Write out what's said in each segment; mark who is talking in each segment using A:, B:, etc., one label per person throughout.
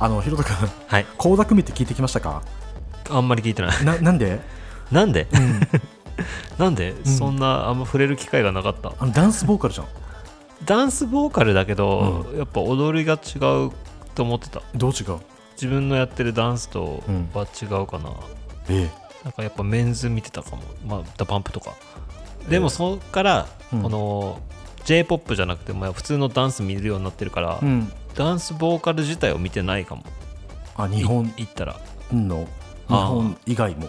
A: あのひろと君
B: はい
A: 倖田來未って聞いてきましたか
B: あんまり聞いて ない
A: ななんで、
B: なんで
A: うん、
B: なんで、そんなあんま触れる機会がなかった
A: あのダンスボーカルじゃん
B: ダンスボーカルだけど、やっぱ踊りが違うと思ってた
A: どう違う
B: 自分のやってるダンスと
A: うん
B: は違うかな、
A: え
B: なんかやっぱメンズ見てたかも、まあ、ダパンプとかでもそっから、
A: うん
B: この j p o p じゃなくて、まあ、普通のダンス見るようになってるから、
A: うん
B: ダンスボーカル自体を見てないかも
A: あ日本
B: い行ったら
A: の日
B: あー
A: 本以外も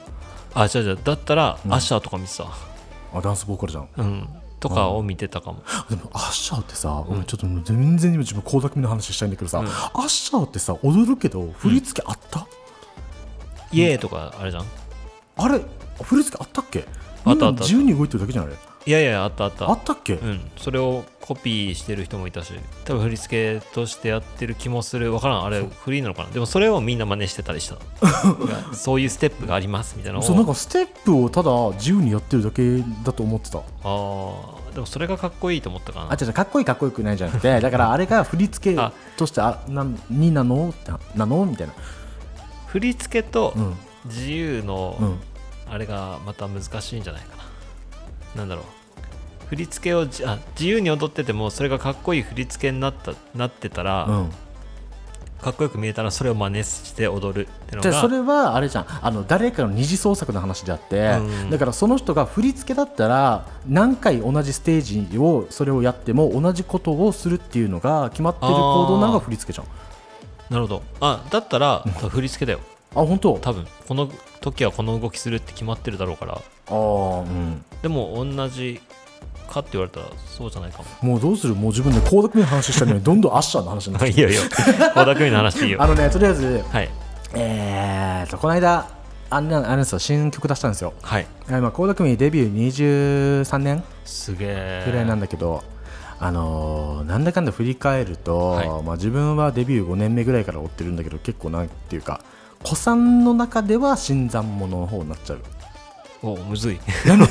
B: あじゃあじゃあだったら、
A: うん
B: アッシャーとか見てた
A: あダンスボーカルじゃん
B: うんとかを見てたかも、
A: でもアッシャーってさ、
B: うん
A: 俺ちょっともう全然今自分倖田來未の話したいんだけどさ、
B: うん
A: アッシャーってさ踊るけど振り付けあった、
B: イエーイとかあれじゃん
A: あれ振り付けあったっけ
B: あった
A: み
B: あった
A: んな自由に動いてるだけじゃない
B: いやいやあったあった
A: あったっけ、
B: うん、それをコピーしてる人もいたし多分振り付けとしてやってる気もするわからんあれフリーなのかなでもそれをみんな真似して たりしたがそういうステップがありますみたいなの
A: そうなん
B: を
A: かステップをただ自由にやってるだけだと思ってた
B: あーでもそれがかっこいいと思ったかな
A: あ違う違うかっこいいかっこよくないじゃなく てだからあれが振り付け
B: あ
A: としてあなんになのななのみたいな
B: 振り付けと
A: うん
B: 自由
A: う
B: の
A: ん
B: あれがまた難しいんじゃないかななんだろう振り付けをじあ自由に踊っててもそれがかっこいい振り付けになったなってたら、
A: うん
B: かっこよく見えたらそれを真似して踊るっての
A: じ
B: が
A: ゃあそれはあれじゃんあの誰かの二次創作の話であって、
B: うん
A: だからその人が振り付けだったら何回同じステージをそれをやっても同じことをするっていうのが決まってる行動なのが振り付けじゃんあ
B: なるほどあだったら多分振り付けだよ
A: 本当
B: 多分この時はこの動きするって決まってるだろうから
A: ああうん
B: でも同じかって言われたらそうじゃないかも
A: もうどうするもう自分で倖田來未の話したのにどんどんアッシャーの話になって
B: い
A: き
B: いよいいよ小田組の話でい い
A: たあ
B: よ
A: のねとりあえず
B: はい
A: えーとこの間あんなあれですよ新曲出したんですよ
B: はい
A: えーまあ倖田來未デビュー23年
B: すげえ
A: ぐらいなんだけど、あのーなんだかんだ振り返ると、
B: はい
A: まあ、自分はデビュー5年目ぐらいから追ってるんだけど結構なんていうか古参の中では新参者の方になっちゃう
B: おむずい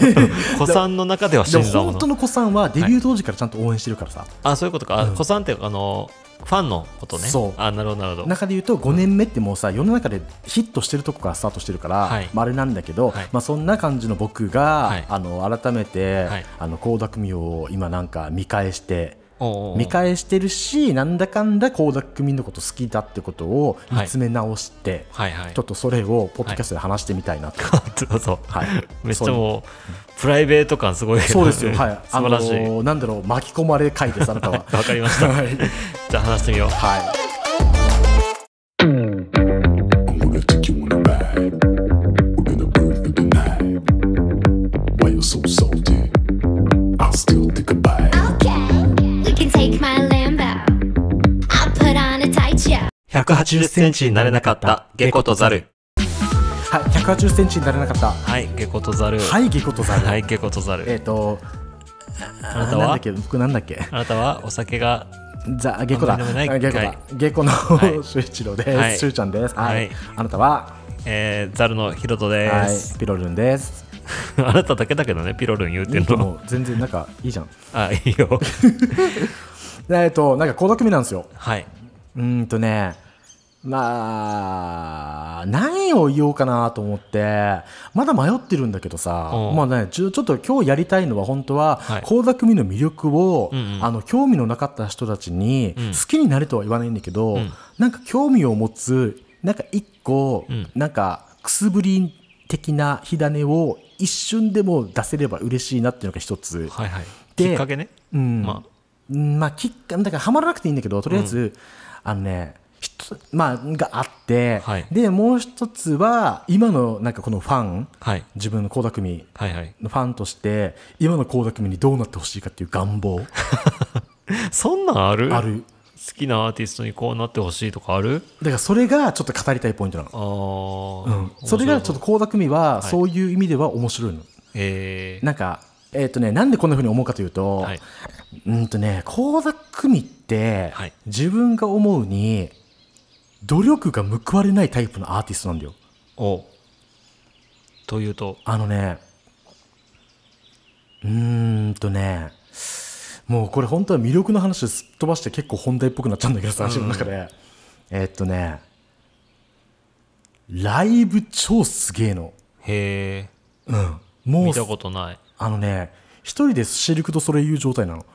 B: 子さんの中では
A: で
B: 新
A: も
B: 参
A: 本当
B: 者
A: の古参はデビュー当時からちゃんと応援してるからさ、
B: あそういうことかあ子さんってあのファンのことね
A: そう
B: あなるほどなるほど
A: 中で言うと5年目ってもうさ世の中でヒットしてるとこからスタートしてるから、
B: はい
A: まあ、あれなんだけど、
B: はい
A: まあ、そんな感じの僕が、
B: はい
A: あの改めて、
B: はい
A: あの倖田來未を今なんか見返して
B: おうおうおう
A: 見返してるしなんだかんだ倖田來未のこと好きだってことを見つめ直して、
B: はいはい
A: ちょっとそれをポッドキャストで話してみたいなと、
B: そうそう
A: はい
B: めっちゃもうプライベート感すごい
A: そうですよ、はい、
B: 素晴らしい、
A: あのーなんだろう巻き込まれ回ですあなたは
B: わかりました
A: はい、
B: じゃあ話してみよう
A: はい
C: I'm gonna take you on a ride. We're gonna burn through the night. Why you so salty? I'll still take a bite.
D: Okay, you can take my Lambo. I'll put on a tight show.
B: 180センチになれなかったゲコとザル
A: はい、180センチになれなかった
B: はいゲコとザル
A: はいぎことさん、
B: はいゲコとザ
A: え
B: ル
A: っ、と
B: あなた
A: なんだ
B: は
A: っけ僕なんだっけ
B: あなたはお酒が
A: ザゲコだ
B: とんでもない
A: あゲコ
B: は
A: だ
B: い
A: ゲコの
B: い
A: 周一郎です、
B: はい
A: 周ちゃんですはい、
B: はい
A: あなたは、
B: えーザルのヒロトで
A: は
B: す
A: いピロルンです、
B: あなただけだけどねピロルン言うてん
A: で
B: の
A: も全然なんかいいじゃん
B: あいいよ
A: でえっとなんか倖田來未なんですよ
B: はいう
A: ーんとね、まあ、何を言おうかなと思って、まだ迷ってるんだけどさ、
B: うん
A: まあね、ちょちょっと今日やりたいのは、本当は、
B: はい
A: 倖田來未の魅力を、
B: うんうん
A: あの、興味のなかった人たちに、
B: うん
A: 好きになれとは言わないんだけど、
B: うん
A: なんか興味を持つ、なんか一個、
B: うん
A: なんかくすぶり的な火種を一瞬でも出せれば嬉しいなっていうのが一つ。
B: はいはい
A: で
B: きっかけね
A: うん、
B: まあ
A: うんまあ、きっかだからハマらなくていいんだけどとりあえず、あのねひとまあ、があって、
B: はい
A: でもう一つは今のなんかこのファン
B: はい
A: 自分の倖田來未
B: はいはい
A: のファンとして今の倖田來未にどうなってほしいかっていう願 望
B: そんなんある
A: ある
B: 好きなアーティストにこうなってほしいとかある
A: だからそれがちょっと語りたいポイントなの
B: あ、ー
A: うん、それがちょっと倖田來未はそういう意味では面白いの、
B: えー
A: なんかえっ、とねなんでこんな風に思うかというと、
B: はい
A: うんとね倖田來未って、
B: はい
A: 自分が思うに努力が報われないタイプのアーティストなんだよ
B: おというと
A: あのねうーんとねもうこれ本当は魅力の話すっ飛ばして結構本題っぽくなっちゃうんだけどさ話の中で、えっとねライブ超すげえの。
B: へえ
A: もう、
B: 見たことない
A: あのね、一人でシルクとそれ言う状態なの。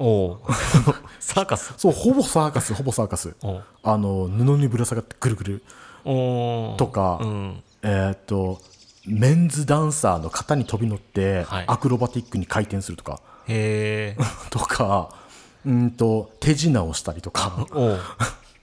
B: おお サーカス
A: そう、ほぼサーカス、ほぼサーカス。
B: おう
A: あの、布にぶら下がってくるくる。
B: おー
A: とか、
B: うん
A: えーっと、メンズダンサーの型に飛び乗って、
B: はい
A: アクロバティックに回転するとか、
B: へえ
A: とか、うんと、手品をしたりとか。
B: お う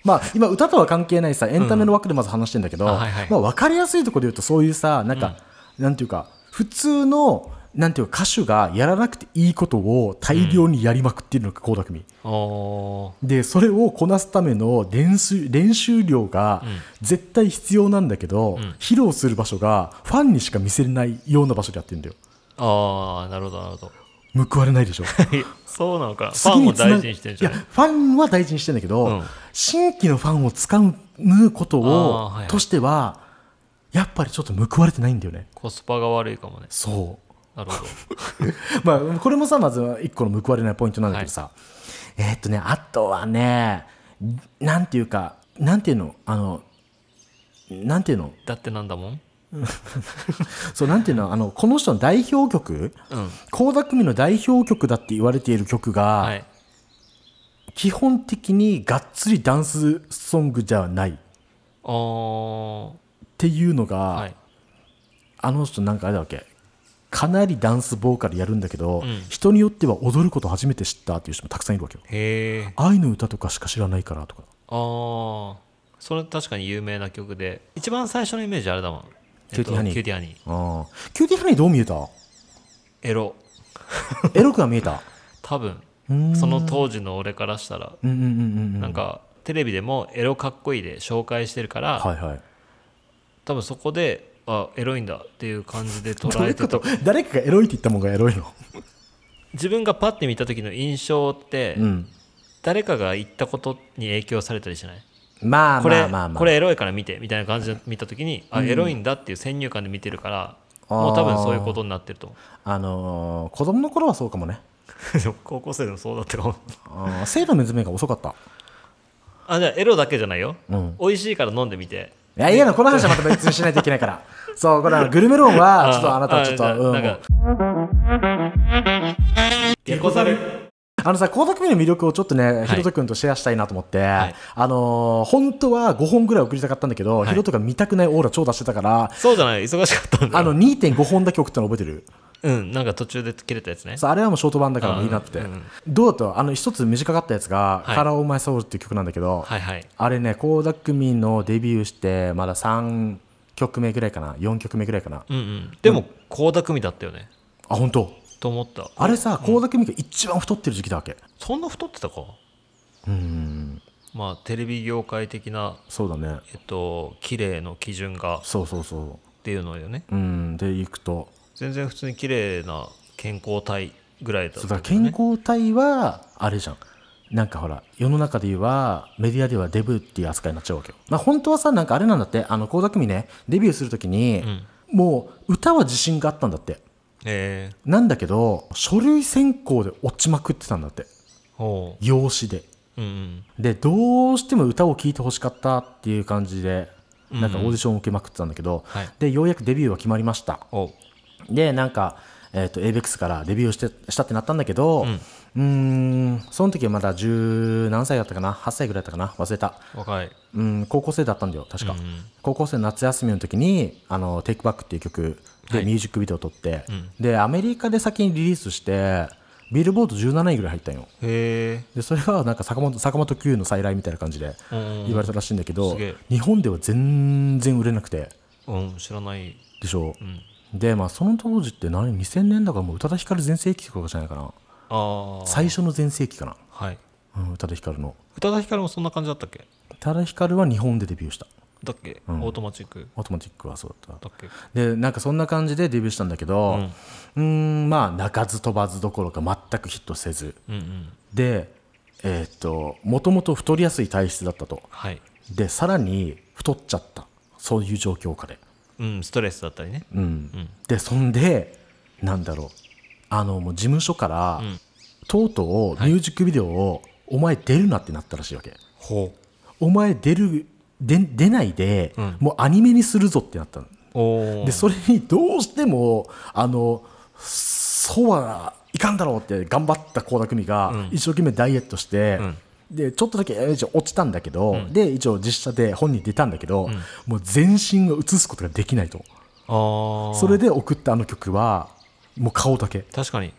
A: まあ、今歌とは関係ないさエンタメの枠でまず話してんだけど、
B: あはいはい
A: まあ、分かりやすいところで言うとそういうさなんか、なんていうか普通のなんていうか歌手がやらなくていいことを大量にやりまくっているのが倖田來未
B: おー
A: でそれをこなすための練習練習量が絶対必要なんだけど、披露する場所がファンにしか見せれないような場所でやってるんだよ
B: ああなるほどなるほど
A: 報われないでし ょフ
B: えそうなのかファンを大事にしてるじゃ
A: い
B: ん
A: やファンは大事にしてんだけど、
B: うん
A: 新規のファンをつかむことを
B: あ、ーはいはい
A: としてはやっぱりちょっと報われてないんだよね
B: コスパが悪いかもね
A: そう
B: なるほど
A: まあ、これもさ、まず一個の報われないポイントなんだけどさ、えーっとね、あとはね、なんていうか、なんていうの、あの、なんていうの、
B: だってなんだもん
A: そう、なんていうの、あの、この人の代表曲、
B: うん
A: 倖田來未の代表曲だって言われている曲が、
B: はい
A: 基本的にがっつりダンスソングじゃないっ
B: おー
A: ていうのが、
B: はい
A: あの人なんかあれだわけ、かなりダンスボーカルやるんだけど、
B: ん
A: 人によっては踊ること初めて知ったっていう人もたくさんいるわけよ。
B: へえ
A: 愛の歌とかしか知らないからとか。
B: ああそれ確かに有名な曲で一番最初のイメージあれだもん
A: キューティーハニー
B: えっとキューティーハニー
A: ああキューティーハニーどう見え た
B: エロ
A: エロくは見えた
B: 多分
A: うん
B: その当時の俺からしたら
A: うんうんうんうん
B: なんかテレビでもエロかっこいいで紹介してるから、
A: はいはい
B: 多分そこであエロいんだっていう感じで捉え
A: 誰
B: て
A: か
B: た
A: と誰かがエロいって言ったもんがエロいの
B: 自分がパッて見た時の印象って、
A: うん
B: 誰かが言ったことに影響されたりしない
A: まあ
B: これ、
A: まあまあまあ
B: これエロいから見てみたいな感じで見た時に、あエロいんだっていう先入観で見てるから
A: あー
B: もう多分そういうことになってる と思
A: あのー子供の頃はそうかもね
B: うでも高校生でもそうだったかも
A: あー性の目覚めが遅かった
B: あじゃあエロだけじゃないよ、
A: うん
B: 美味しいから飲んでみて
A: いやいやのこの話はまた別にしないといけないから そうこれあのグルメローンはちょっとあなたはちょっと
B: あじゃあ
A: うん
B: なん
A: も
B: か
A: う
B: ゲコザル
A: あのさ倖田來未の魅力をちょっとね
B: い
A: ヒロト君とシェアしたいなと思って、
B: い
A: あのー本当は5本ぐらい送りたかったんだけど、
B: い
A: ヒロトが見たくないオーラ超出してたから
B: そうじゃない忙しかったんだ
A: あ
B: よ
A: の2.5本だけ送ったの覚えてる
B: うんなんか途中で切れたやつね
A: そうあれはもうショート版だからもういいなって、
B: うんうん
A: どうだったあの一つ短かったやつが「
B: はい
A: カラーオーマイソウル」っていう曲なんだけど、
B: はいはい
A: あれね倖田來未のデビューしてまだ3曲目ぐらいかな4曲目ぐらいかな、
B: うんうんでも倖田來未だったよね
A: あ本当
B: と思った
A: あれさ倖田來未が一番太ってる時期だわけ
B: そんな太ってたか
A: うん
B: まあテレビ業界的な
A: そうだね
B: えっと綺麗の基準がっ
A: そうそうそ
B: ていうのよね
A: ううんでいくと
B: 全然普通に綺麗な健康体ぐらいだっ
A: そう
B: た
A: だから
B: けど
A: 健
B: ね
A: 康体はあれじゃんなんかほら世の中で言えばメディアではデブっていう扱いになっちゃうわけよ、まあ、本当はさなんかあれなんだってあの倖田來未ねデビューするときに、もう歌は自信があったんだって
B: え
A: なんだけど書類選考で落ちまくってたんだって
B: ー、ほ
A: 養子で
B: ううんうん
A: でどうしても歌を聴いてほしかったっていう感じでなんかオーディションを受けまくってたんだけど、
B: はい
A: でようやくデビューは決まりました
B: おう
A: でなんか、えー、と ABEX からデビューをしてしたってなったんだけどうんんその時はまだ十何歳だったかな8歳ぐらいだったかな忘れた
B: 若い
A: うん高校生だったんだよ確か、高校生の夏休みの時に「あのテイクバックっていう曲
B: は
A: で
B: い
A: ミュージックビデオを撮って、でアメリカで先にリリースしてビルボード17位ぐらい入ったんよ
B: へえ
A: でそれがなんか坂本坂本九の再来みたいな感じで
B: うん
A: 言われたらしいんだけど
B: すげえ
A: 日本では全然売れなくて
B: うん知らない
A: でしょ、でまあその当時って何2000年だからもう宇多田ヒカル全盛期とかじゃないかな
B: ああ
A: 最初の全盛期かな、
B: はい
A: うん、宇多田ヒカルの
B: 宇多田ヒカルもそんな感じだったっけ
A: 宇多田ヒカルは日本でデビューした
B: だっけ、オートマチック
A: オートマティックはそうだった
B: だっけ
A: でなんかそんな感じでデビューしたんだけどうーんまあ鳴かず飛ばずどころか全くヒットせず
B: うんうん
A: でえーっともともと太りやすい体質だったと
B: はい
A: でさらに太っちゃったそういう状況下で
B: うんストレスだったりね
A: うん、でそんでなんだろうあのもう事務所から、とうとうミュージックビデオを、お前出るなってなったらしいわけ
B: ほう
A: お前出るで出ないで、
B: ん
A: もうアニメにするぞってなったの
B: おー
A: でそれにどうしてもあのそうはいかんだろうって頑張った倖田來未が一生懸命ダイエットして、でちょっとだけ一応落ちたんだけど、で一応実写で本人出たんだけど、もう全身を映すことができないと
B: あー
A: それで送ったあの曲はもう顔だけ
B: 確かに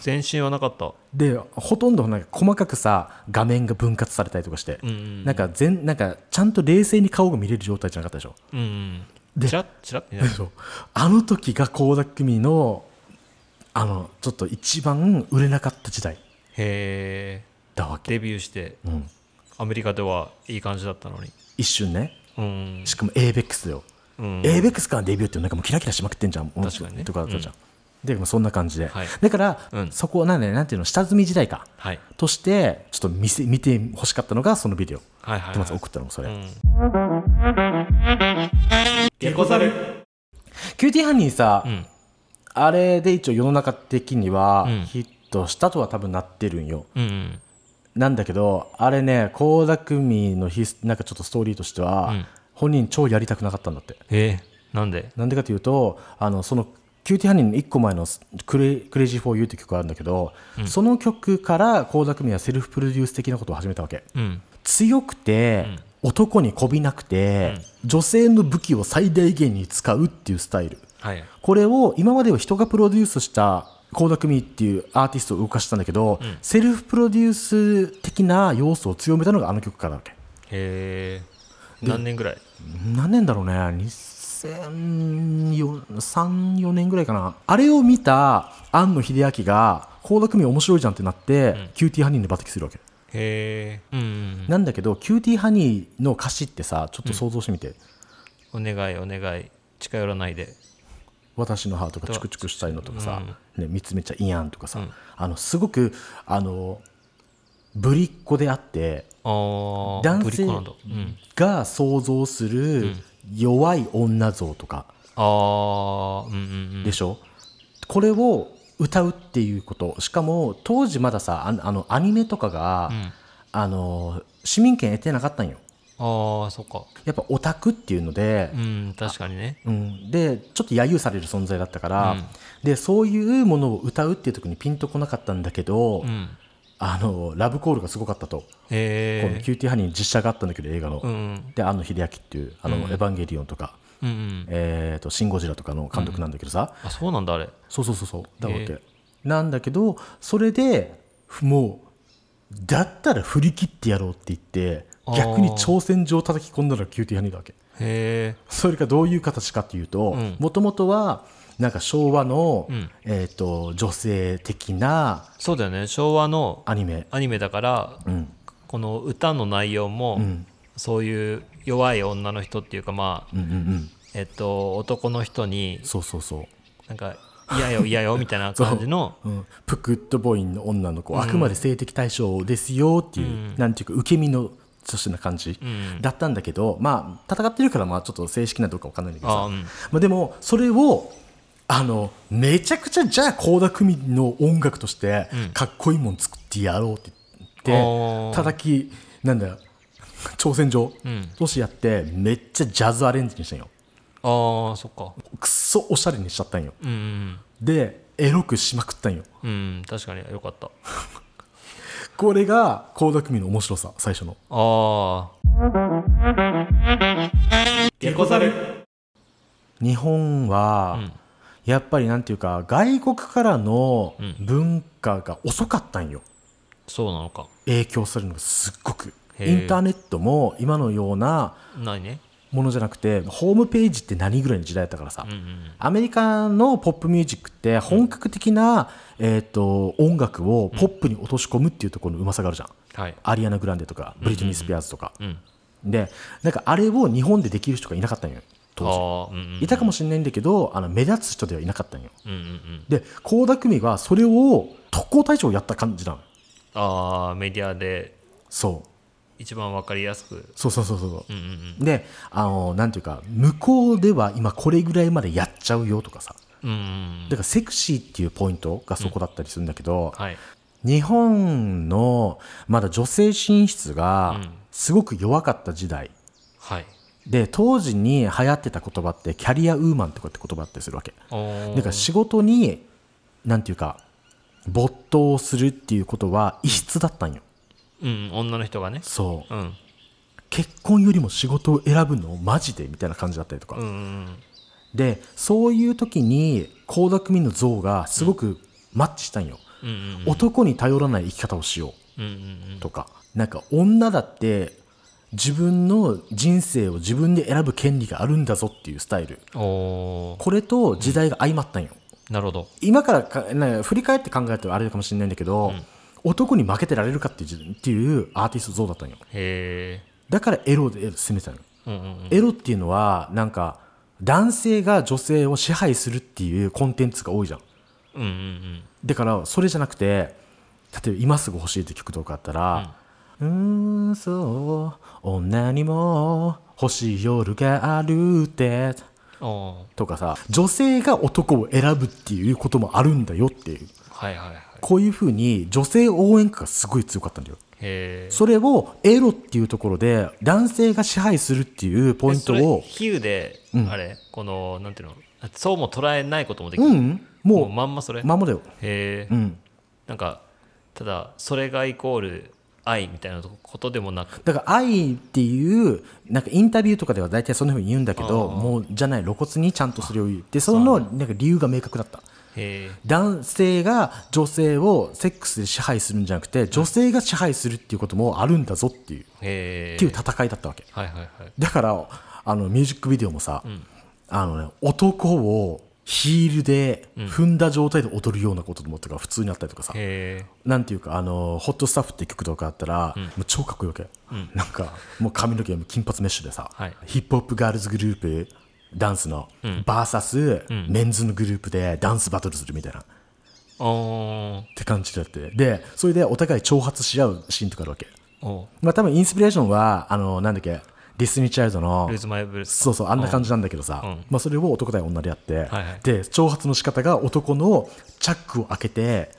B: 全身はなかった
A: でほとんどなんか細かくさ画面が分割されたりとかして、
B: んうん
A: なんか全なんかちゃんと冷静に顔が見れる状態じゃなかったでしょ
B: うんうん
A: で
B: チラッチラッってなる
A: そうあの時が倖田來未のあのちょっと一番売れなかった時代
B: へ
A: だわ
B: え
A: け
B: デビューして、アメリカではいい感じだったのに
A: 一瞬ね
B: うん
A: しかも ABEX だよ、
B: うん、
A: ABEX からデビューってなんかもうキラキラしまくってんじゃん
B: 確かにね
A: とかだったじゃん、でもそんな感じで、
B: はい
A: だから、
B: うん
A: そこをなん,、ね、なんていうの下積み時代か
B: はい
A: としてちょっと見せ見てほしかったのがそのビデオ
B: はいはい、
A: でまず
B: はい
A: 送ったのもそれ、
B: ゲコザル
A: キューティーハニーさ、
B: うん
A: あれで一応世の中的には
B: うん
A: ヒットしたとは多分なってるんよ、
B: うんうん
A: なんだけどあれね倖田來未のヒスなんかちょっとストーリーとしては、
B: うん
A: 本人超やりたくなかったんだって
B: えー、なんで
A: なんでかというとあのそのキューティーハニーの1個前のクレ「クレイジー・フォー・ユー」って曲があるんだけど、その曲から倖田來未はセルフプロデュース的なことを始めたわけ
B: うん
A: 強くて、男にこびなくて、女性の武器を最大限に使うっていうスタイル
B: はい
A: これを今までは人がプロデュースした倖田來未っていうアーティストを動かしたんだけど、セルフプロデュース的な要素を強めたのがあの曲からだわけ
B: へえ何年ぐらい
A: 何年だろうね2034年ぐらいかなあれを見た庵野秀明が倖田來未面白いじゃんってなって、キューティーハニーに抜擢するわけ
B: へえうんうん
A: なんだけどキューティーハニーの歌詞ってさちょっと想像してみて、
B: うんお願いお願い近寄らないで
A: 私の歯とかチクチクしたいのとかさ、ね、見つめちゃいやんとかさ、
B: うん
A: あのすごくあのぶりっ子であって
B: あー
A: 男
B: ぶりっ
A: 性
B: 子なんだうん
A: が想像する弱い女像とか
B: ああうんうんうん
A: でしょ、これを歌うっていうことしかも当時まださあのあのアニメとかが、
B: ん
A: あの市民権得てなかったんよ
B: ああそっか
A: やっぱオタクっていうので
B: う、ん確かにね
A: うん、でちょっと揶揄される存在だったから、
B: うん
A: でそういうものを歌うっていう時にピンとこなかったんだけど、
B: うん
A: あのラブコールがすごかったと、この
B: へえ
A: キューティーハニーに実写があったんだけど映画の、
B: うん
A: で庵野秀明っていう「あのエヴァンゲリオン」とか
B: うんうん
A: 「えー、とシン・ゴジラ」とかの監督なんだけどさ、
B: あそうなんだあれ
A: そうそうそうそうだわけ、
B: へえ
A: なんだけどそれでふもうだったら振り切ってやろうって言って
B: あー
A: 逆に挑戦状を叩き込んだのがキューティーハニーだわけ。
B: へえ
A: それがどういう形かというと
B: ん
A: もともとはなんか昭和の、
B: ん
A: えー、と女性的な
B: そうだよね昭和の
A: アニメ、
B: アニメだから、
A: うん
B: この歌の内容も、
A: ん
B: そういう弱い女の人っていうかまあ、
A: うんうんうん、
B: えっと男の人に
A: そうそうそう、
B: なんか嫌よ嫌よみたいな感じの
A: うん、プクッとボインの女の子、あくまで性的対象ですよっていう、なんていうか受け身のそしてな感じ、
B: ん
A: だったんだけどまあ戦ってるからまあちょっと正式などうかわかんないんだけどさ
B: あうん
A: まあ、でもそれをあのめちゃくちゃじゃあ倖田來未の音楽としてかっこいいもん作ってやろうって
B: あ
A: 言っ
B: ー
A: て叩きなんだよ挑戦状
B: ん
A: としてやってめっちゃジャズアレンジにしたんよ
B: あーそっか
A: くっそおしゃれにしちゃったんよ
B: うん
A: でエロくしまくったんよ
B: うんうん確かによかったあ
A: これが倖田來未の面白さ最初の
B: あゲコザル
A: 日本は、
B: うん
A: やっぱりなんていうか外国からの
B: ん
A: 文化が遅かったんよ
B: そうなのか
A: 影響するのがすっごく
B: へ
A: イ
B: ー
A: ンターネットも今のような
B: ないね
A: ものじゃなくてホームページって何ぐらいの時代だったからさ、
B: うんうん
A: アメリカのポップミュージックって本格的な、えー、と音楽をポップに落とし込むっていうところのうまさがあるじゃん、
B: はい
A: アリアナ・グランデとかブリトニー・スピアーズとか、
B: うん
A: でなんかあれを日本でできる人がいなかったんよ
B: あ
A: 当時
B: あうんうん
A: いたかもしれないんだけどあの目立つ人ではいなかったんよ
B: うんうんうん
A: で倖田來未がそれを特攻隊長をやった感じなの
B: ああメディアで
A: そう
B: 一番わかりやすく
A: そうそうそうそうそう
B: うんうんうん
A: であのなんていうか向こうでは今これぐらいまでやっちゃうよとかさ
B: うんうん
A: だからセクシーっていうポイントがそこだったりするんだけど、
B: はい
A: 日本のまだ女性進出が
B: うん
A: すごく弱かった時代
B: はい
A: で当時に流行ってた言葉ってキャリアウーマンとかって言葉ってするわけ
B: おー
A: だから仕事になんていうか没頭するっていうことは異質だったんよ
B: うん女の人がね
A: そううん結婚よりも仕事を選ぶのマジでみたいな感じだったりとか、
B: うんうん
A: でそういう時に倖田來未の像がすごくマッチしたんよ、
B: うんうん
A: 男に頼らない生き方をしよ
B: うんうん
A: うとか、なんか女だって自分の人生を自分で選ぶ権利があるんだぞっていうスタイル
B: うんおー
A: これと時代が相まったんよ、
B: なるほど
A: 今からかね振り返って考えたらあれかもしれないんだけど、男に負けてられるかっていう時っていうアーティスト像だったんよ
B: へ
A: だからエロで攻めたのよ
B: えうんうん
A: エロっていうのはなんか男性が女性を支配するっていうコンテンツが多いじゃん
B: うんうんうん
A: だからそれじゃなくて例えば「今すぐ欲しい」って曲とかあったら「うーんそう女にも欲しい夜があるって
B: おー」
A: とかさ女性が男を選ぶっていうこともあるんだよっていう
B: はいはいはい
A: こういうふうに女性応援歌がすごい強かったんだよ
B: へえ
A: それをエロっていうところで男性が支配するっていうポイントを
B: 比喩で、あれこのなんていうのそうも捉えないこともでき
A: う
B: る、
A: ん
B: も
A: も
B: うまんまそれ、
A: うまんまだよ
B: へえ、
A: うん
B: なんかただそれがイコール愛みたいなことでもなく
A: だから愛っていうなんかインタビューとかでは大体そんなふうに言うんだけどもうじゃない露骨にちゃんとそれを言ってそのなんか理由が明確だった
B: へえ
A: 男性が女性をセックスで支配するんじゃなくて女性が支配するっていうこともあるんだぞっていう,、
B: へえ
A: っていう戦いだったわけ
B: はいはいはい
A: だからあのミュージックビデオもさ、あのね、男をヒールで踏んだ状態で踊るようなこともとか普通にあったりとかさ、
B: へえ
A: なんていうかあの「ホットスタッフ」って曲とかあったら、もう超かっこよけ、なんかもう髪の毛も金髪メッシュでさ、
B: はい
A: ヒップホップガールズグループダンスの、バーサス、メンズのグループでダンスバトルするみたいなっ
B: おー
A: て感じだってでそれでお互い挑発し合うシーンとかあるわけ
B: お
A: まあ多分インスピレーションはあのなんだっけディスニー・チャイルドの
B: ルーズマイブルース
A: そうそうあんな感じなんだけどさ、まあ、それを男対女でやって、
B: はいはい
A: で挑発の仕方が男のチャックを開けて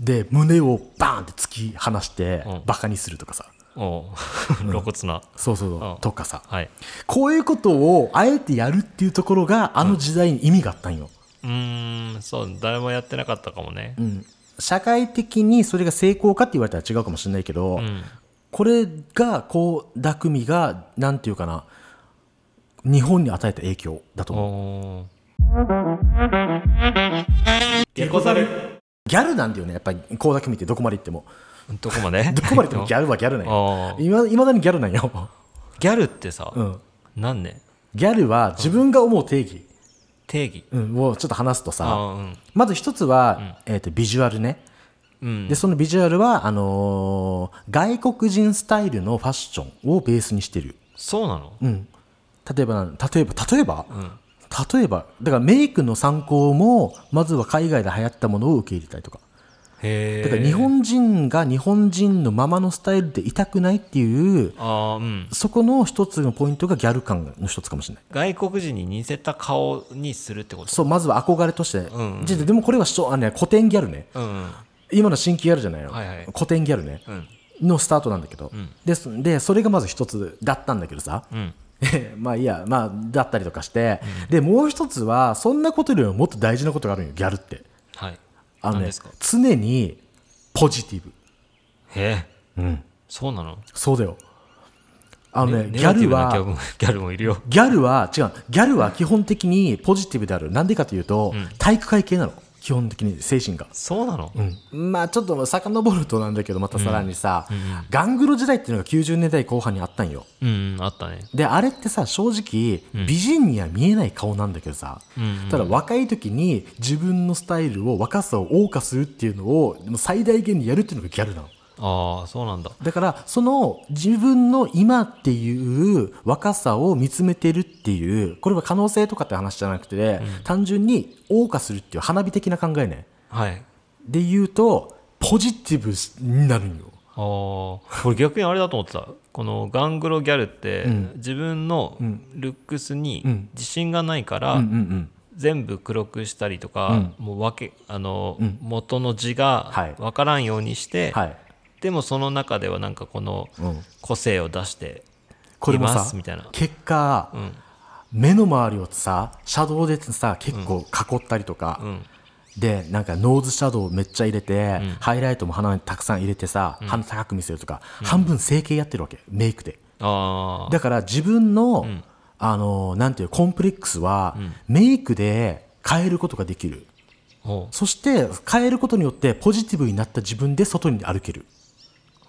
A: で胸をバーンって突き放して、
B: うん
A: バカにするとかさ
B: おー露骨な
A: そうそうそう、
B: うん
A: とかさ
B: はい
A: こういうことをあえてやるっていうところがあの時代に意味があったんよ、
B: うーんそう誰もやってなかったかもね、
A: うん社会的にそれが成功かって言われたら違うかもしれないけど、これがこう匠がなんていうかな日本に与えた影響だと思う
B: お
A: ゲコザルギャルなんだよねやっぱり倖田來未ってどこまで行っても
B: ーどこま で
A: どこまで行ってもギャルはギャル なん
B: あ
A: よ
B: ー
A: いまいまだにギャルなんよ、
B: ギャルってさ、
A: うん、
B: 何年
A: ギャルは自分が思う定義、
B: 定義
A: うん、をちょっと話すと
B: あ
A: さ
B: ーうん
A: まず一つは、えー、とビジュアルね
B: うん
A: でそのビジュアルはあのー外国人スタイルのファッションをベースにしてる、
B: そうなの、
A: うん、例えばなん例えば例えば、例えばだからメイクの参考もまずは海外で流行ったものを受け入れたりとか
B: へ
A: だ
B: え
A: から日本人が日本人のままのスタイルでいたくないっていう
B: あーうん
A: そこの一つのポイントがギャル感の一つかもしれない
B: 外国人に似せた顔にするってこと
A: そうまずは憧れとして、ででもこれはしょあの、ね、古典ギャルね
B: うんうん
A: 今の新規ギャルじゃないの、
B: はいはい
A: 古典ギャルね、
B: ん
A: のスタートなんだけど、でそでそれがまず一つだったんだけどさ、 まあいいやまあだったりとかして、でもう一つはそんなことよりももっと大事なことがあるんよギャルって
B: はい
A: あの
B: 何
A: ね
B: ですか
A: 常にポジティブ
B: へえそうなの
A: そうだよあのねギ
B: ネ
A: ャ
B: ガティ
A: ル
B: ブな
A: は
B: ギャルも ギャルもいるよ
A: ギャルは違うギャルは基本的にポジティブであるなんでかというと、体育会系なの基本的に精神が、
B: そうなの、
A: まあちょっと遡るとなんだけどまたさらにさ、ガングロ時代っていうのが90年代後半にあったんよ
B: うん、あったね
A: であれってさ正直美人には見えない顔なんだけどさ、ただ若い時に自分のスタイルを若さを謳歌するっていうのをでも最大限にやるっていうのがギャルなの
B: ああそうなんだ
A: だからその自分の今っていう若さを見つめてるっていうこれは可能性とかって話じゃなくて、単純に謳歌するっていう花火的な考えね
B: はい
A: で言うとポジティブになるんよ
B: ああ これ逆にあれだと思ってたこのガングロギャルって、自分のルックスに自信がないから、
A: うんうん
B: 全部黒くしたりとか、もうわけあの、元の
A: はい
B: 字がわからんようにして、
A: はい
B: でもその中ではなんかこの
A: うん
B: 個性を出して
A: これも
B: いま
A: さ
B: すみたいな
A: 結果、
B: ん
A: 目の周りをさシャドウでさ結構囲ったりとか、
B: ん
A: でなんかノーズシャドウめっちゃ入れて、ハイライトも鼻にたくさん入れてさ、鼻高く見せるとか、半分整形やってるわけメイクで
B: ああ
A: だから自分の、あのなんていうコンプレックスは、メイクで変えることができる
B: おう
A: そして変えることによってポジティブになった自分で外に歩ける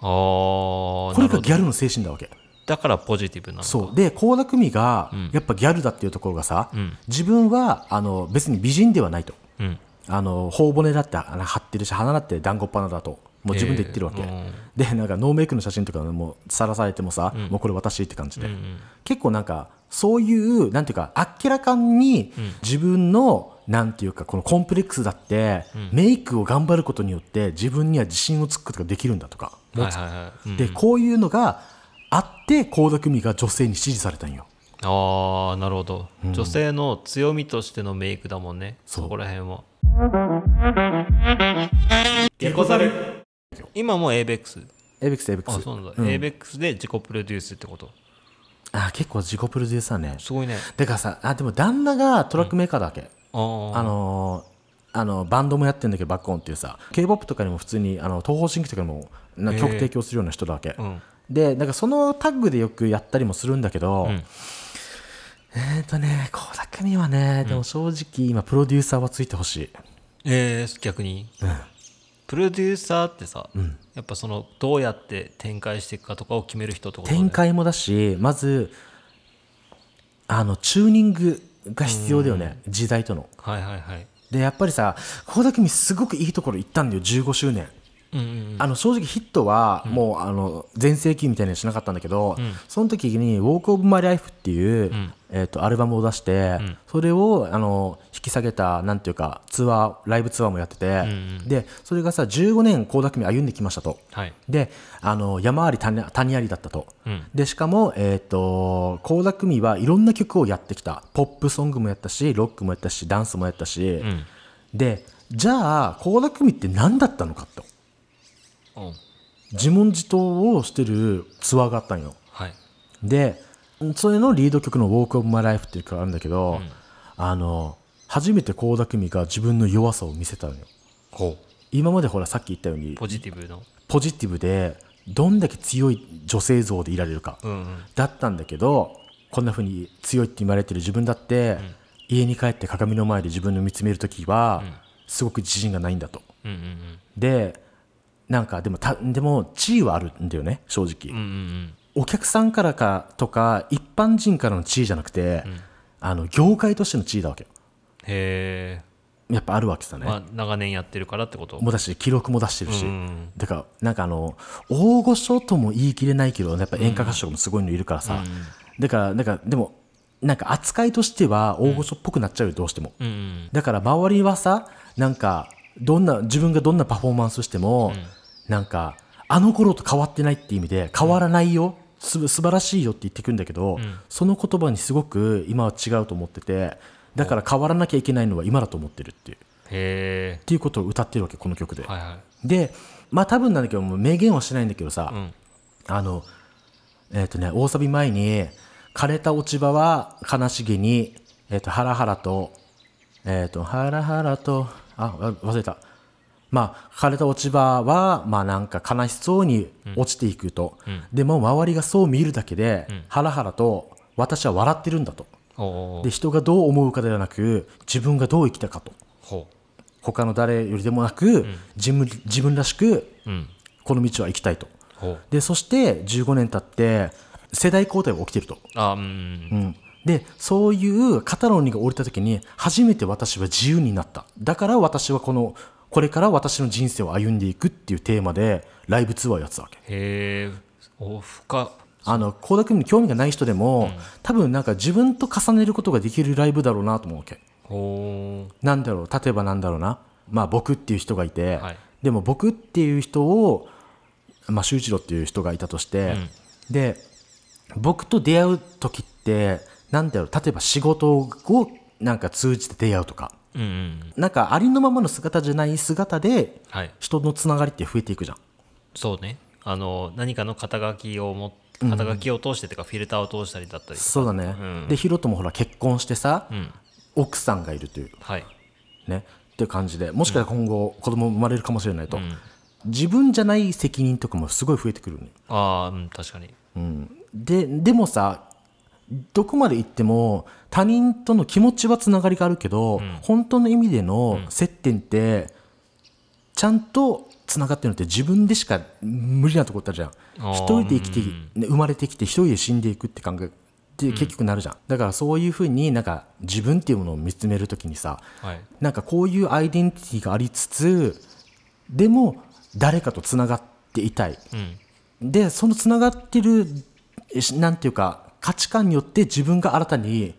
B: ああ
A: これが
B: なるほど
A: ギャルの精神だわけ
B: だからポジティブなのか
A: そうで倖田來未がやっぱギャルだっていうところがさ、
B: ん
A: 自分はあの別に美人ではないと
B: うん
A: あの頬骨だってあの張ってるし鼻だって団子っ鼻だともう自分で言ってるわけ、
B: えー
A: でなんかノーメイクの写真とかもさらされてもさ、もうこれ私って感じで、結構なんかそういうなんていうかあっけらかんに自分の、なんていうかこのコンプレックスだって、メイクを頑張ることによって自分には自信をつくことができるんだとか、
B: はいはいはい、うん
A: でこういうのがあって倖田來未が女性に支持されたんよ
B: ああなるほど、女性の強みとしてのメイクだもんね
A: そ
B: そうこら辺は今も ABEX
A: エイベックスエイベック
B: あ
A: ス
B: そうなんだ、ABEX で自己プロデュースってこと
A: あ結構自己プロデューサーね
B: すごいね
A: だからさあでも旦那がトラックメーカーだわけ、
B: あー
A: あのーあのバンドもやってるんだけどバックオンっていうさ k p o p とかにも普通にあの東方神起とかにもな曲提供するような人だわけ、
B: うん
A: でなんかそのタッグでよくやったりもするんだけど、
B: ん
A: えっ、とね倖田來未はねでも正直今プロデューサーはついてほしい、
B: えー、逆に、プロデューサーってさ、やっぱそのどうやって展開していくかとかを決める人ってことだよね
A: 展開もだしまずあのチューニングが必要だよね時代との
B: はいはいはい
A: でやっぱりさ倖田來未すごくいいところ行ったんだよ15周年
B: うんうん
A: あの正直ヒットはもうあの全盛期みたいにはしなかったんだけど、その時に「Walk of My Life」っていう、えー、とアルバムを出して、それをあの引き下げたなんていうかツアーライブツアーもやってて、でそれがさ15年倖田來未歩んできましたと。
B: はい
A: であの山あり谷谷ありだったと、
B: うん
A: でしかも、えー、と倖田來未はいろんな曲をやってきたポップソングもやったしロックもやったしダンスもやったし、
B: ん
A: でじゃあ倖田來未って何だったのかと
B: うん
A: 自問自答をしてるツアーがあったんよ
B: はい
A: でそれのリード曲の「Walk of My Life」っていう曲があるんだけど、あの初めて倖田來未が自分の弱さを見せたのよ
B: こう
A: 今までほらさっき言ったように
B: ポジティブの
A: ポジティブでどんだけ強い女性像でいられるか、
B: うんうん
A: だったんだけどこんな風に強いって言われてる自分だって、家に帰って鏡の前で自分を見つめる時は、すごく自信がないんだと
B: うんうんうん
A: でなんかでもたでも地位はあるんだよね正直、
B: うんうん
A: お客さんからかとか一般人からの地位じゃなくて、あの業界としての地位だわけよ
B: へえ、
A: やっぱあるわけさね、
B: まあ、長年やってるからってこと
A: もだし記録も出してるし、
B: うん
A: だからなんかあの大御所とも言い切れないけどやっぱ演歌歌手とかもすごいのいるからさ、だからなんかでもなんか扱いとしては大御所っぽくなっちゃうよどうしても、
B: うんうん
A: だから周りはさなんかどんな自分がどんなパフォーマンスしても、なんかあの頃と変わってないって意味で変わらないよ、す素晴らしいよって言ってくんだけど、その言葉にすごく今は違うと思っててだから変わらなきゃいけないのは今だと思ってるっていうっ
B: へ
A: ていうことを歌ってるわけこの曲で、
B: えはいはい
A: でまあ多分なんだけどもう明言はしてないんだけどさ、
B: ん
A: あのえっ、とね大サビ前に「枯れた落ち葉は悲しげに、えー、とハラハラとえっ、とハラハラとああ忘れたまあ枯れた落ち葉はまあなんか悲しそうに落ちていくと、でも周りがそう見るだけで、ハラハラと私は笑ってるんだと
B: お
A: で
B: ー
A: 人がどう思うかではなく自分がどう生きたかと
B: ほ
A: 他の誰よりでもなく、自分自分らしく
B: ううん
A: この道は行きたいと
B: ほう
A: でそして15年経って世代交代が起きてると、
B: あうんうん
A: うん、でそういう肩の荷が下りた時に初めて私は自由になっただから私はこのこれから私の人生を歩んでいくっていうテーマでライブツアーをやってたわけ
B: へえお深
A: あの倖田君に興味がない人でも、多分なんか自分と重ねることができるライブだろうなと思うわけ
B: ほ
A: なんだろう例えばなんだろうな、まあ、僕っていう人がいて、
B: はい
A: でも僕っていう人を、まあ、周一郎っていう人がいたとして、で僕と出会う時ってなんだろう例えば仕事をなんか通じて出会うとか
B: ううんうん
A: なんかありのままの姿じゃない姿で
B: はい
A: 人のつながりって増えていくじゃん。
B: そうねあの何かの肩書きを持っ肩書きを通してとかフィルターを通したりだったりとか
A: そうだね、
B: うん
A: でヒロトもほら結婚してさ、
B: うん
A: 奥さんがいるという
B: はい
A: ねっていう感じでもしかしたら今後子供生まれるかもしれないと、
B: ん
A: 自分じゃない責任とかもすごい増えてくるのよ
B: ああうん確かに
A: ででもさどこまで行っても他人との気持ちはつながりがあるけど、本当の意味での接点ってちゃんとつながってるのって自分でしか無理なとこってあるじゃん
B: あー
A: 一人で生きて、ね生まれてきて一人で死んでいくって感覚って結局なるじゃん、だからそういうふうになんか自分っていうものを見つめるときにさ、
B: はい
A: なんかこういうアイデンティティがありつつでも誰かとつながっていたい
B: うん
A: でそのつながってるえしなんていうか価値観によって自分が新たに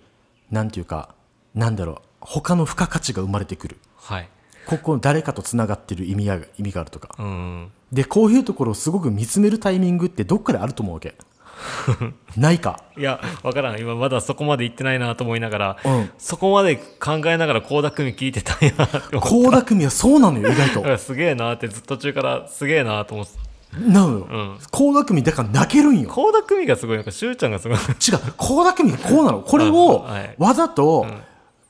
A: なんていうかなんだろう他の付加価値が生まれてくる
B: はい
A: ここ誰かとつながってる意味が意味があるとか
B: うん
A: でこういうところをすごく見つめるタイミングってどっかであると思うわ けないか
B: いや分からん今まだそこまで行ってないなと思いながら、
A: うん
B: そこまで考えながら倖田來未聞いてたんやなって思っ
A: 倖田來未はそうなのよ意外
B: た
A: と
B: だからすげえなってずっと途中からすげえなと思ってた
A: なのよ
B: ん
A: 倖田來未だから泣けるんよ
B: 倖田來未がすごいなんかしゅうちゃんがすごい
A: 違う、倖田來未こうなの。これを
B: あはい
A: わざと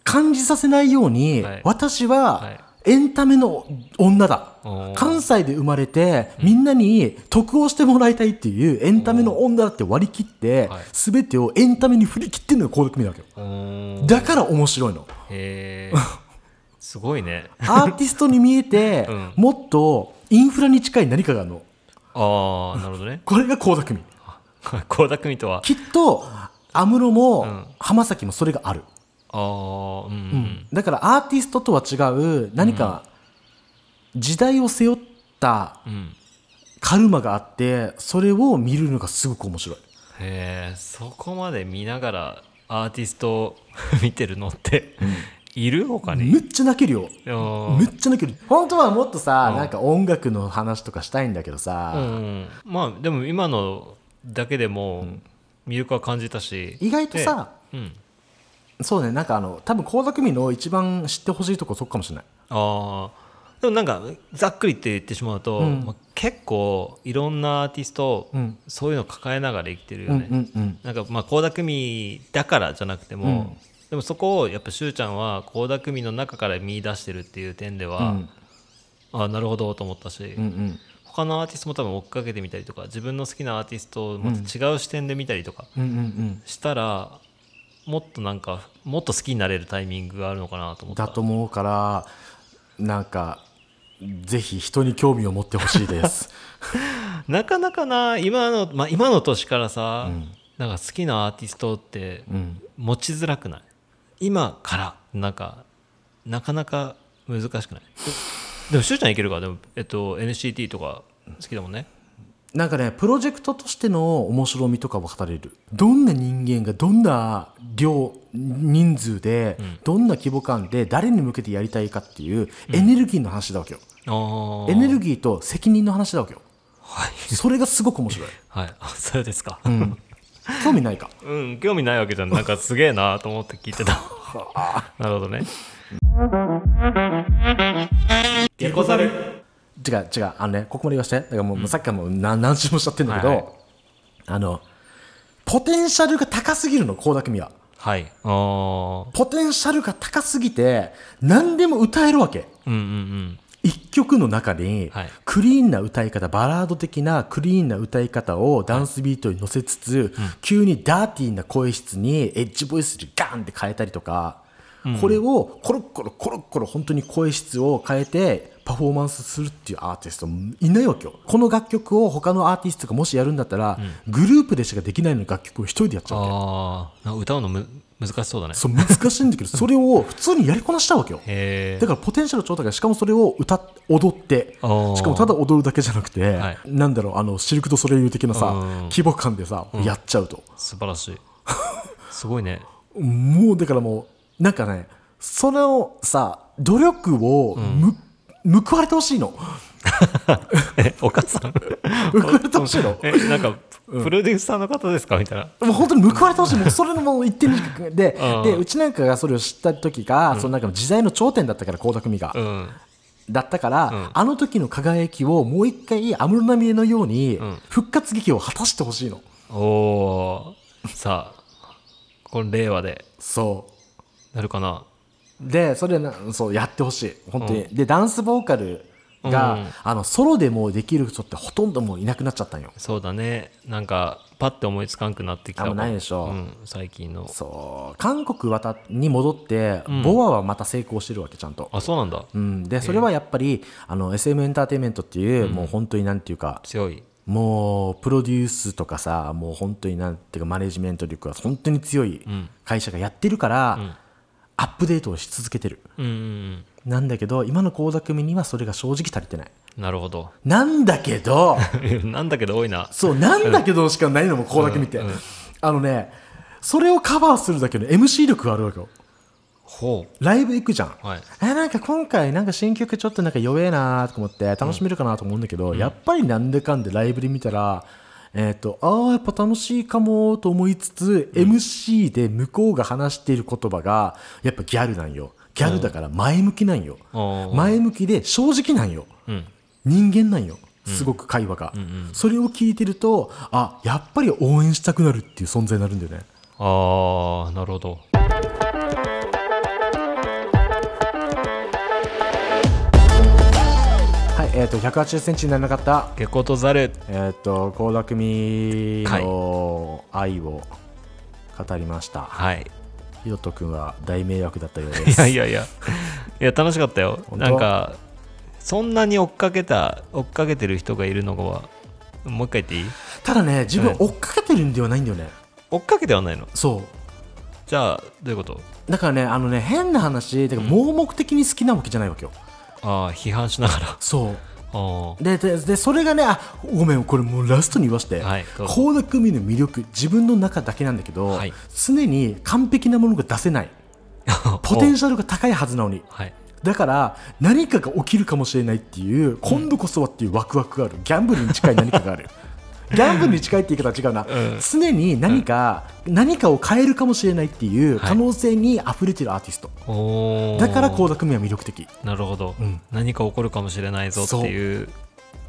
A: 感じさせないように、
B: はい
A: 私
B: は
A: はいエンタメの女だ
B: おー。
A: 関西で生まれて、みんなに得をしてもらいたいっていうエンタメの女だって割り切って
B: はい、
A: すべてをエンタメに振り切ってんのが倖田來未なわけよ。
B: うーん
A: だから面白いの。
B: へえすごいね
A: アーティストに見え て
B: ん、
A: もっとインフラに近い何かがあるの。
B: ああなるほどね
A: これが倖田來未。
B: 倖田來未とは
A: きっと、安室
B: ん
A: も浜崎もそれがある。
B: ああうん、うん、
A: だからアーティストとは違う何か時代を背負った
B: うん
A: カルマがあってそれを見るのがすごく面白い
B: へえそこまで見ながらアーティストを見てるのって、いる他に、
A: めっちゃ泣けるよ
B: あー
A: めっちゃ泣ける本当はもっとさ
B: うん
A: なんか音楽の話とかしたいんだけど
B: う
A: さ
B: ん、まあでも今のだけでも魅力は感じたし、
A: 意外とさ
B: でうん、
A: そうねなんかあの多分倖田來未の一番知ってほしいとこそこかもしれない
B: あーでもなんかざっくりって言ってしまうと、
A: うん
B: まあ結構いろんなアーティスト、
A: うん
B: そういうの抱えながら生きてるよ
A: う
B: ね、
A: んうんうん
B: なんかまあ倖田來未だからじゃなくても、
A: うん
B: でもそこをやっぱしゅうちゃんは倖田來未の中から見出してるっていう点では、
A: うん
B: ああなるほどと思ったし、
A: うんうん
B: 他のアーティストも多分追っかけてみたりとか自分の好きなアーティストをまた違う視点で見たりとか
A: うんうんうん
B: したら、もっとなんかもっと好きになれるタイミングがあるのかなと思った
A: だと思うからなんかぜひ人に興味を持ってほしいです。
B: なかなかな今の、まあ、今の年からさ、なんか好きなアーティストって
A: うん
B: 持ちづらくない今からなんかなかなか難しくないででもしゅうちゃんいけるかでも、えっと、NCT とか好きだもんね
A: なんかねプロジェクトとしての面白みとかを語れるどんな人間がどんな量人数で、どんな規模感で誰に向けてやりたいかっていうエネルギーの話だわけよ、
B: あ
A: エネ
B: ギ
A: ル
B: ー
A: ギーと責任の話だわけよ
B: はい、
A: それがすごく面 白い
B: はい、あそうですか、
A: 興味ないか
B: うん、興味ないわけじゃん。なんかすげえなと思って聞いてた。なるほどね。ゲコザル。
A: 違う違うあのねここまで言わしてだからもう、さっきからもう何何周もしちゃってるんだけど、
B: はいはい
A: あのポテンシャルが高すぎるの倖田來未は
B: はい。あー
A: ポテンシャルが高すぎて何でも歌えるわけ
B: うんうんうん。
A: 一曲の中に
B: はい
A: クリーンな歌い方バラード的なクリーンな歌い方をダンスビートに乗せつつ、急にダーティーな声質にエッジボイスでガンって変えたりとか、これをコロッコロコロッコロ本当に声質を変えてパフォーマンスするっていうアーティストいないわけよこの楽曲を他のアーティストがもしやるんだったら、グループでしかできないのに楽曲を一人でやっちゃうわけ
B: あー、なんか歌うのむ難しそうだね。
A: そう難しいんだけどそれを普通にやりこなしたわけよ
B: へえ
A: だ。からポテンシャル超高いしかもそれを歌っ踊って
B: あー
A: しかもただ踊るだけじゃなくて、
B: はい
A: なんだろうあのシルク・ド・ソレイユ的なさ
B: うん
A: 規模感でさ、やっちゃうと
B: 素晴らし い。すごい ね。
A: もうだからもうなんかねそれをさ努力をむ、報われてほしいの
B: え、お母さん。
A: 報われてほしい の
B: え、なんか、プロデューサーの方ですかみたいな。
A: もう本当に報われてほしいもうそれのもう一点にしかで
B: うん
A: でうちなんかがそれを知った時が、そのなんか時代の頂点だったから倖田來未が、
B: うん。
A: だったから、
B: ん
A: あの時の輝きをもう一回安室奈美恵のように
B: ん
A: 復活劇を果たしてほしいの、
B: おおーさあこれ令和で
A: そう
B: なるかな
A: でそれなそうやってほしい本当に、でダンスボーカルが、
B: うん
A: あのソロでもうできる人ってほとんどもういなくなっちゃったんよ
B: そうだねなんかパッて思いつかんくなってきた
A: あもうないでしょ
B: うん、最近の
A: そう韓国渡に戻って、ボアはまた成功してるわけちゃんと、
B: あそうなんだ
A: うん、でそれはやっぱり、あの SM エンターテインメントっていう、もう本当になんていうか
B: 強い
A: もうプロデュースとかさもう本当になんていうかマネジメント力が本当に強い会社がやってるから、アップデートをし続けてる
B: うんうん
A: なんだけど今の倖田來未にはそれが正直足りてない
B: うんなるほど
A: なんだけど
B: なんだけど多いな
A: そうなんだけどしかないのも倖田來未って、あのねそれをカバーするだけの MC 力があるわけよ
B: ほう
A: ライブ行くじゃん、
B: はい
A: えなんか今回なんか新曲ちょっとなんか弱えなーとか思って楽しめるかなと思うんだけど、やっぱりなんでかんでライブで見たらえっ、とああやっぱ楽しいかもと思いつつ、MC で向こうが話している言葉がやっぱギャルなんよギャルだから前向きなんよ、
B: おー
A: 前向きで正直なんよ、
B: うん
A: 人間なんよすごく会話が、それを聞いてるとあやっぱり応援したくなるっていう存在になるんだよね
B: ああなるほど
A: はいえっ、と1 8 0ンチにならなかった
B: 下校とざる
A: えっ、と倖田來未の愛を語りました
B: はい
A: ひろと君は大迷惑だったようで
B: い
A: す
B: やいやいやいや楽しかったよ
A: 本当
B: なんかそんなに追っかけた追っかけてる人がいるのはもう一回言っていい
A: ただね自分
B: はい
A: 追っかけてるんではないんだよね
B: 追っかけてはないの
A: そ
B: じゃあどういうこと
A: うだからねあのね変な話てか盲目的に好きなわけじゃないわけよ
B: ああ批判しながら あ
A: そう
B: あ
A: でででそれがねあごめんこれもうラストに言わして
B: はいどうぞ
A: 倖田來未の魅力自分の中だけなんだけど、
B: はい
A: 常に完璧なものが出せ ないポテンシャルが高いはずなのに
B: はい
A: だから何かが起きるかもしれないっていう今度こそはっていうワクワクがあるギャンブルに近い何かがあ るギャンブルに近いって言い方は違うな、常に何か、何かを変えるかもしれないっていう
B: はい
A: 可能性に溢れてるアーティスト、
B: おー
A: だから倖田來未は魅力的
B: なるほど、
A: ん
B: 何か起こるかもしれないぞっていう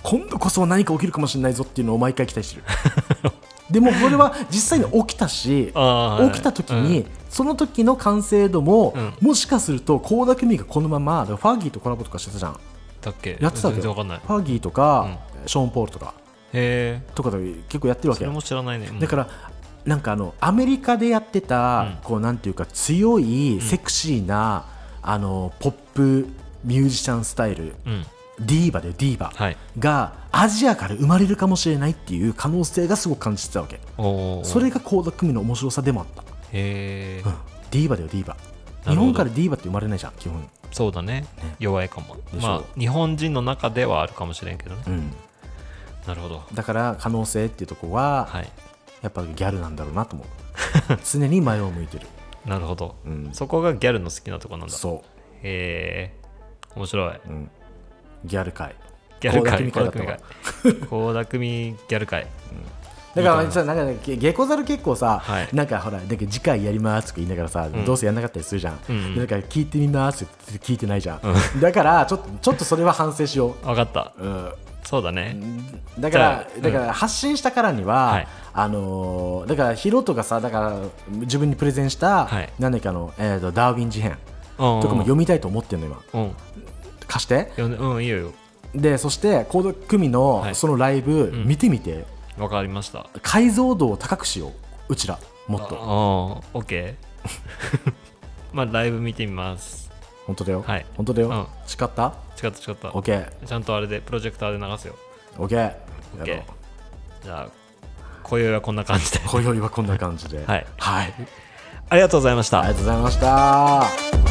A: 今度こそ何か起きるかもしれないぞっていうのを毎回期待してる でもこれは実際に起きたし
B: あーはい
A: 起きた時に、その時の完成度も、
B: うん
A: もしかすると倖田來未がこのままだからファーギーとコラボとかしてたじゃん
B: だっけ
A: やってたわけ
B: 全然
A: よ
B: わかんない
A: ファーギーとか、ショーン・ポールとか
B: へえ
A: とかで結構やってるわ
B: そ
A: け
B: れ
A: よ
B: も知らないね、うん
A: だからなんかあのアメリカでやってた、こうなんていうか強いセクシーな、あのポップミュージシャンスタイル、
B: うん
A: ディーバだよディーバ、
B: はい
A: がアジアから生まれるかもしれないっていう可能性がすごく感じてたわけ
B: おー
A: それが倖田來未の面白さでもあった、
B: へえ、
A: うんディーバだよディーバ
B: ほど
A: 日本からディーバって生まれないじゃん基本、
B: そうだね弱いかも
A: でしょ
B: まあ日本人の中ではあるかもしれんけどね
A: うん、
B: なるほど
A: だから可能性っていうとこは、
B: はい
A: やっぱギャルなんだろうなと 思う常に前を向いてる
B: なるほど、
A: ん
B: そこがギャルの好きなとこなんだ
A: そ
B: へえ面白い、
A: うギャル界
B: ギャル
A: 倖
B: 界
A: 田來未会だっ
B: 倖田來未ギャル界
A: だからさなんか下校猿結構さ、
B: はい
A: なんかほらなんか次回やりますとか言いながらさ、どうせやんなかったりするじゃん、
B: ん
A: でだから聞いてみますって言って聞いてないじゃん、だからちょっとちょっとそれは反省しよ
B: 分かった
A: う、うん、
B: そうだね、
A: だから
B: じゃあ
A: だから発信したからには、
B: はい
A: あのーだからヒロトがさだから自分にプレゼンした、
B: はい
A: なんだっけあの、えー、とダーウィン事変
B: うん
A: とかも読みたいと思ってるの今
B: うん
A: 貸して
B: 読んでうんいいよいいよ
A: でそしてコード組の
B: はい
A: そのライブ見てみて、
B: わかりました
A: 解像度を高くしよううちらもっ
B: ああ
A: と
B: オッケー まあライブ見てみます
A: 本当だよ、
B: はい
A: 本当だよ、
B: うん
A: 誓った
B: 違った違った
A: ?OKOK
B: ちゃんとあれでプロジェクターで流すよ
A: や
B: オッ
A: ろ
B: ケ
A: う
B: ーじゃあ今宵はこんな感 じで
A: 今宵はこんな感じで
B: はい
A: はい、あり
B: ありがとうございました
A: がとうございました